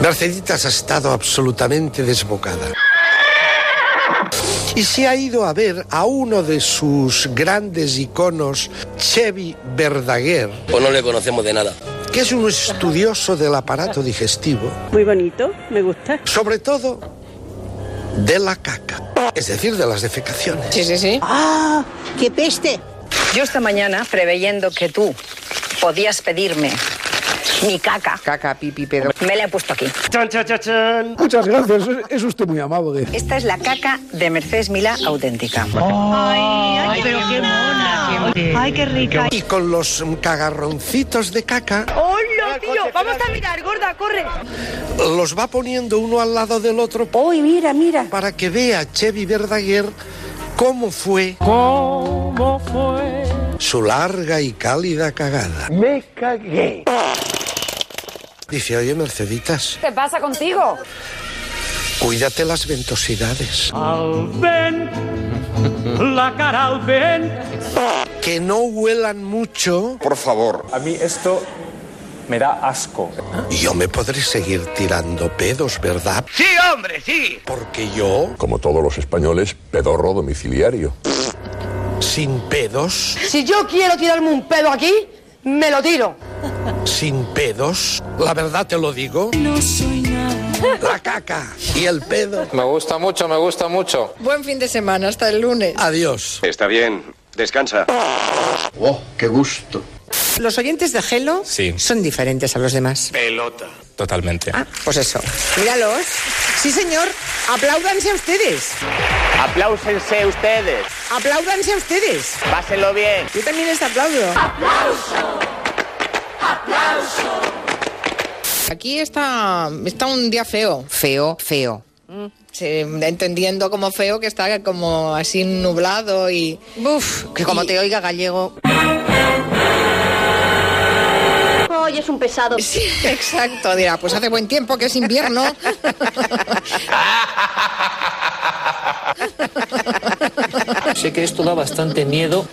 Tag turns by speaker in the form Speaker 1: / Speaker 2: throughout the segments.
Speaker 1: Merceditas ha estado absolutamente desbocada. Y se ha ido a ver a uno de sus grandes iconos, Chevy Verdaguer,
Speaker 2: Pues no le conocemos de nada.
Speaker 1: que es un estudioso del aparato digestivo,
Speaker 3: Muy bonito, me gusta.
Speaker 1: sobre todo de la caca, es decir, de las defecaciones.
Speaker 4: Sí, sí, sí.
Speaker 5: ¡Ah! ¡Qué peste!
Speaker 6: Yo esta mañana, preveyendo que tú podías pedirme mi caca,
Speaker 4: Caca, pipi, pedo.
Speaker 6: me la he puesto aquí.
Speaker 7: Muchas gracias, es- es usted muy amable.
Speaker 6: Esta es la caca de Mercedes Mila auténtica.
Speaker 5: ¡Ay, qué rica!
Speaker 1: Y con los mm, cagarroncitos de caca
Speaker 5: ¡Hola, tío! ¡Vamos a mirar, gorda, corre!
Speaker 1: los va poniendo uno al lado del otro
Speaker 5: ¡Uy, mira, mira!
Speaker 1: para que vea Chevy Verdaguer cómo fue, su larga y cálida cagada. Me cagué. Dice, oye, Merceditas,
Speaker 8: ¿Qué pasa contigo?
Speaker 1: cuídate las ventosidades.
Speaker 8: Ah.
Speaker 9: La cara al ven.
Speaker 1: Que no huelan mucho.
Speaker 2: Por favor.
Speaker 9: A mí esto me da asco.
Speaker 1: Yo me podré seguir tirando pedos, ¿verdad? Sí, hombre, sí. Porque yo,
Speaker 10: Como todos los españoles, pedorro domiciliario.
Speaker 1: sin pedos,
Speaker 5: Si yo quiero tirarme un pedo aquí, me lo tiro.
Speaker 1: sin pedos, la verdad te lo digo. La caca y el pedo.
Speaker 2: Me gusta mucho, me gusta mucho.
Speaker 4: Buen fin de semana, hasta el lunes.
Speaker 1: Adiós.
Speaker 2: Está bien, descansa.
Speaker 11: ¡Oh, qué gusto!
Speaker 4: Los oyentes de Gelo
Speaker 9: Sí.
Speaker 4: son diferentes a los demás.
Speaker 9: Totalmente.
Speaker 4: Ah, pues eso. Míralos. Sí, señor. Apláudanse a ustedes.
Speaker 9: Apláusense ustedes.
Speaker 4: Apláudanse a ustedes.
Speaker 9: Pásenlo bien.
Speaker 4: Yo también les aplaudo. Aquí está, está un día feo. Feo, feo. entendiendo como feo que está como así nublado y... que como te oiga gallego.
Speaker 5: Hoy es un pesado.
Speaker 4: Sí, exacto. Dirá, pues hace buen tiempo que es invierno.
Speaker 9: Sé que esto da bastante miedo.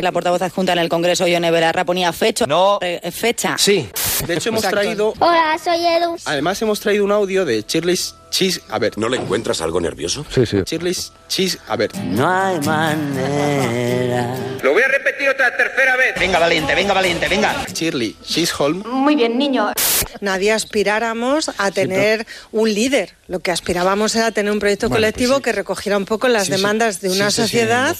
Speaker 3: La portavoz adjunta en el Congreso, Yone Berarra, ponía fecha.
Speaker 9: No.
Speaker 3: eh, fecha.
Speaker 9: Sí.
Speaker 2: De hecho, hemos
Speaker 4: Exacto.
Speaker 2: traído.
Speaker 8: Hola, soy Edu.
Speaker 2: Además, hemos traído un audio de Shirley's Cheese. A ver. ¿No le encuentras algo nervioso?
Speaker 7: Sí, sí.
Speaker 2: Shirley's Cheese. A ver.
Speaker 9: No hay manera.
Speaker 2: Lo voy a repetir otra tercera vez. Venga, valiente, venga, valiente, venga. Shirley Cheese Holm.
Speaker 5: Muy bien, niño.
Speaker 3: Nadie aspiráramos a tener un líder. Lo que aspirábamos era tener un proyecto colectivo que recogiera un poco las demandas de una sociedad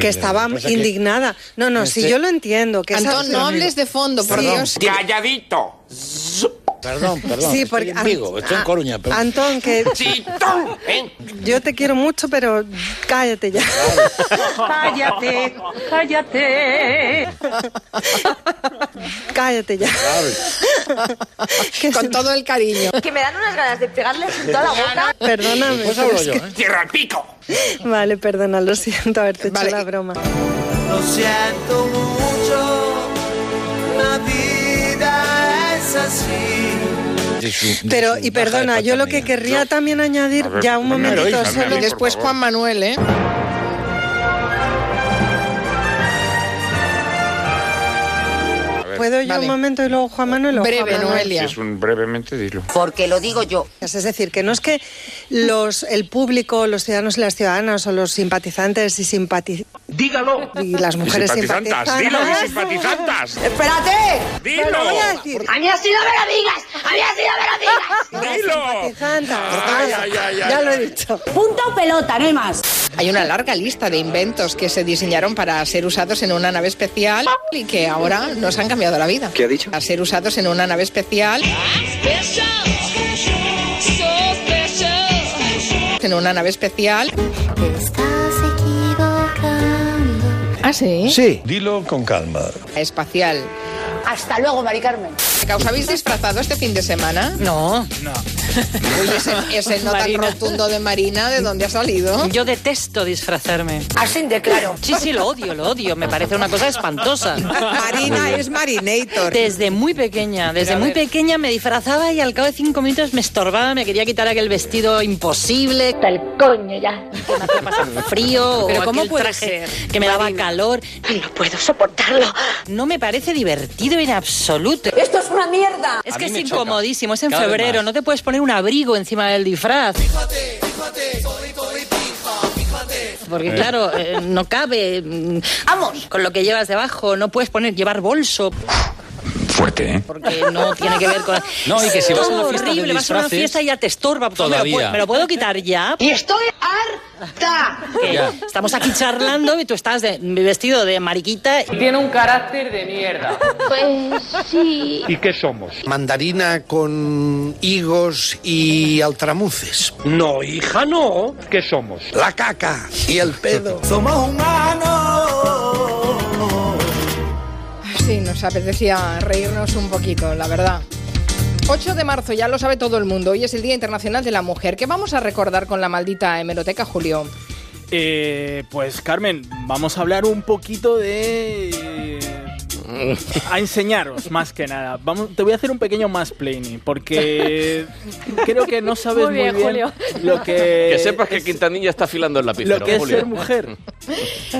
Speaker 3: que estaba indignada. No, no, si yo lo entiendo. Que esa-
Speaker 4: Antón, no hables de fondo, por Dios.
Speaker 9: Calladito.
Speaker 11: Perdón, perdón.
Speaker 3: Sí,
Speaker 11: estoy
Speaker 3: porque
Speaker 11: en Vigo, estoy en
Speaker 3: Ah,
Speaker 11: Coruña, pero...
Speaker 3: Antón, que yo te quiero mucho, pero cállate ya.
Speaker 5: Cállate,
Speaker 6: Eh,
Speaker 5: cállate.
Speaker 3: cállate ya. Que
Speaker 4: Con
Speaker 3: se-
Speaker 4: todo el cariño.
Speaker 8: Que me dan unas ganas de pegarles en toda la boca.
Speaker 3: Perdóname.
Speaker 11: Pues
Speaker 3: pero
Speaker 11: hablo
Speaker 3: es
Speaker 11: yo,
Speaker 3: que-
Speaker 11: ¿eh?
Speaker 9: Cierra el pico.
Speaker 3: Vale, perdona, lo siento haberte
Speaker 4: Vale.
Speaker 3: hecho la broma.
Speaker 9: Lo siento mucho. La vida es así.
Speaker 11: De su- de
Speaker 3: Pero,
Speaker 11: su
Speaker 3: y
Speaker 11: baja de
Speaker 3: perdona, yo lo que
Speaker 11: patamina.
Speaker 3: querría también añadir, ya un
Speaker 11: primero,
Speaker 3: momentito
Speaker 11: hija,
Speaker 3: solo.
Speaker 4: Y después Juan Manuel, ¿eh?
Speaker 3: ¿Puedo yo
Speaker 4: Vale.
Speaker 3: un momento y luego Juan Manuel? o Juan
Speaker 4: Breve,
Speaker 3: Manuel?
Speaker 4: Noelia.
Speaker 8: Porque lo digo yo.
Speaker 3: Es decir, que no es que los, el público, los ciudadanos y las ciudadanas o los simpatizantes y simpati
Speaker 9: Dígalo.
Speaker 3: y las mujeres simpatizantes.
Speaker 9: simpatizantas.
Speaker 3: ¡Espérate!
Speaker 9: Dilo.
Speaker 3: No, lo voy a decir.
Speaker 8: ¡Había sido veradigas! ¡Había sido veradigas!
Speaker 3: Las
Speaker 9: Dilo.
Speaker 3: simpatizantes.
Speaker 9: Ay, ay, ay, ay,
Speaker 3: ya lo he
Speaker 9: ay.
Speaker 3: dicho.
Speaker 5: Punta o pelota, no hay más.
Speaker 4: Hay una larga lista de inventos que se diseñaron para ser usados en una nave especial y que ahora nos han cambiado la vida.
Speaker 2: ¿Qué ha dicho?
Speaker 4: A ser usados en una nave especial. En una nave especial. Ah, sí.
Speaker 7: Sí.
Speaker 11: Dilo con calma.
Speaker 4: Espacial.
Speaker 8: Hasta luego, Mari Carmen.
Speaker 4: ¿Os habéis disfrazado este fin de semana?
Speaker 3: No.
Speaker 4: Uy, ese, ese no tan
Speaker 12: Marina.
Speaker 4: rotundo de Marina, ¿de dónde ha salido?
Speaker 12: Yo detesto disfrazarme.
Speaker 4: Así de claro.
Speaker 12: Sí, sí, lo odio, lo odio. Me parece una cosa espantosa.
Speaker 4: Marina es Marinator.
Speaker 12: Desde muy pequeña, desde
Speaker 4: Pero a
Speaker 12: muy
Speaker 4: ver.
Speaker 12: pequeña me disfrazaba y al cabo de cinco minutos me estorbaba, me quería quitar aquel vestido imposible. Tal coño ya. Que me hacía pasar frío
Speaker 13: Pero
Speaker 12: o
Speaker 13: ¿cómo
Speaker 12: aquel
Speaker 13: puede
Speaker 12: traje
Speaker 13: ser,
Speaker 12: que me daba calor. No puedo soportarlo. No me parece divertido en absoluto. Esto es una mierda. Es
Speaker 13: A
Speaker 12: que
Speaker 13: mí
Speaker 12: es
Speaker 13: me choca.
Speaker 12: incomodísimo, es en
Speaker 13: Cada vez
Speaker 12: febrero,
Speaker 13: más.
Speaker 12: no te puedes poner un abrigo encima del disfraz. Porque
Speaker 13: Eh.
Speaker 12: claro, eh, no cabe. mm, Vamos, con lo que llevas debajo, no puedes poner llevar bolso.
Speaker 14: Fuerte, ¿eh?
Speaker 12: Porque no tiene que ver con.
Speaker 14: No, y que si
Speaker 12: Es
Speaker 14: vas a una fiesta de
Speaker 12: horrible, vas a una
Speaker 14: disfraces,
Speaker 12: fiesta y ya te estorba. Pues, ¿me lo pu-
Speaker 14: todavía.
Speaker 12: ¿Me lo puedo quitar ya? Y estoy harta.
Speaker 14: Ya.
Speaker 12: Estamos aquí charlando y tú estás de- vestido de mariquita. Tiene un carácter de mierda.
Speaker 8: Pues sí.
Speaker 1: ¿Y qué somos? Mandarina con higos y altramuces. No, hija, no. ¿Qué somos? La caca y el pedo. somos
Speaker 4: Sí, nos apetecía reírnos un poquito, la verdad. 8 de marzo, ya lo sabe todo el mundo, hoy es el Día Internacional de la Mujer. ¿Qué vamos a recordar con la maldita hemeroteca, Julio?
Speaker 15: Eh, pues Carmen, vamos a hablar un poquito de... A enseñaros, más que nada. Vamos, te voy a hacer un pequeño mansplaining, porque creo que no sabes
Speaker 16: Muy
Speaker 15: muy
Speaker 16: bien,
Speaker 15: bien,
Speaker 16: Julio.
Speaker 15: lo que...
Speaker 16: Que sepas que Quintanilla está afilando el lapicero,
Speaker 15: Eh, Lo que es
Speaker 16: Julio.
Speaker 15: ser mujer.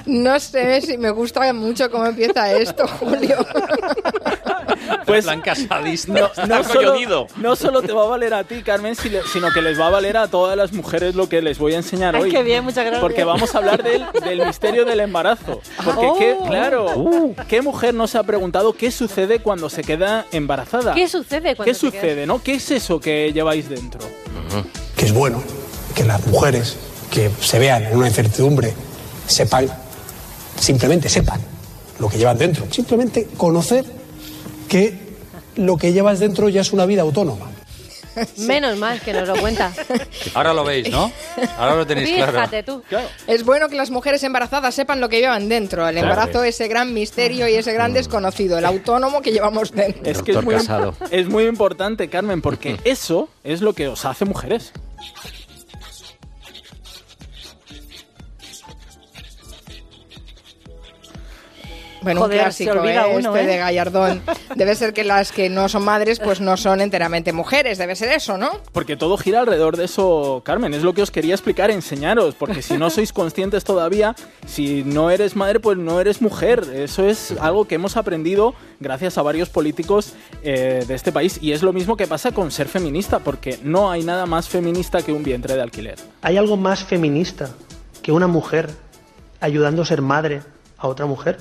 Speaker 4: No sé si me gusta mucho cómo empieza esto, Julio.
Speaker 15: Pues,
Speaker 16: Blanca sadista.
Speaker 15: No, no
Speaker 16: Está
Speaker 15: solo,
Speaker 16: coñudido.
Speaker 15: no solo te va a valer a ti, Carmen, si le- sino que les va a valer a todas las mujeres lo que les voy a enseñar
Speaker 12: Ay,
Speaker 15: hoy.
Speaker 12: qué bien, muchas gracias.
Speaker 15: Porque vamos a hablar del, del misterio del embarazo. Porque,
Speaker 12: Oh.
Speaker 15: qué- claro, ¿qué mujer no se ha preguntado qué sucede cuando se queda embarazada?
Speaker 13: ¿Qué sucede cuando
Speaker 15: ¿Qué
Speaker 13: te
Speaker 15: sucede, no? ¿Qué es eso que lleváis dentro?
Speaker 17: que es bueno que las mujeres que se vean en una incertidumbre sepan, simplemente sepan lo que llevan dentro. Simplemente conocer que lo que llevas dentro ya es una vida autónoma.
Speaker 13: Menos mal que nos lo cuenta.
Speaker 14: Ahora lo veis, ¿no? Ahora lo tenéis claro.
Speaker 13: Fíjate tú.
Speaker 4: Es bueno que las mujeres embarazadas sepan lo que llevan dentro. El
Speaker 14: Claro.
Speaker 4: embarazo, ese gran misterio y ese gran desconocido, el autónomo que llevamos dentro.
Speaker 15: Es que es muy, es muy importante, Carmen, porque eso es lo que os hace mujeres.
Speaker 4: Bueno,
Speaker 12: Joder,
Speaker 4: un
Speaker 12: se
Speaker 4: clásico,
Speaker 12: olvida
Speaker 4: ¿eh?
Speaker 12: uno,
Speaker 4: este
Speaker 12: ¿eh?
Speaker 4: de Gallardón. Debe ser que las que no son madres, pues no son enteramente mujeres. Debe ser eso, ¿no?
Speaker 15: Porque todo gira alrededor de eso, Carmen. Es lo que os quería explicar, enseñaros. Porque si no sois conscientes todavía, si no eres madre, pues no eres mujer. Eso es algo que hemos aprendido gracias a varios políticos eh, de este país. Y es lo mismo que pasa con ser feminista, porque no hay nada más feminista que un vientre de alquiler.
Speaker 18: ¿Hay algo más feminista que una mujer ayudando a ser madre a otra mujer?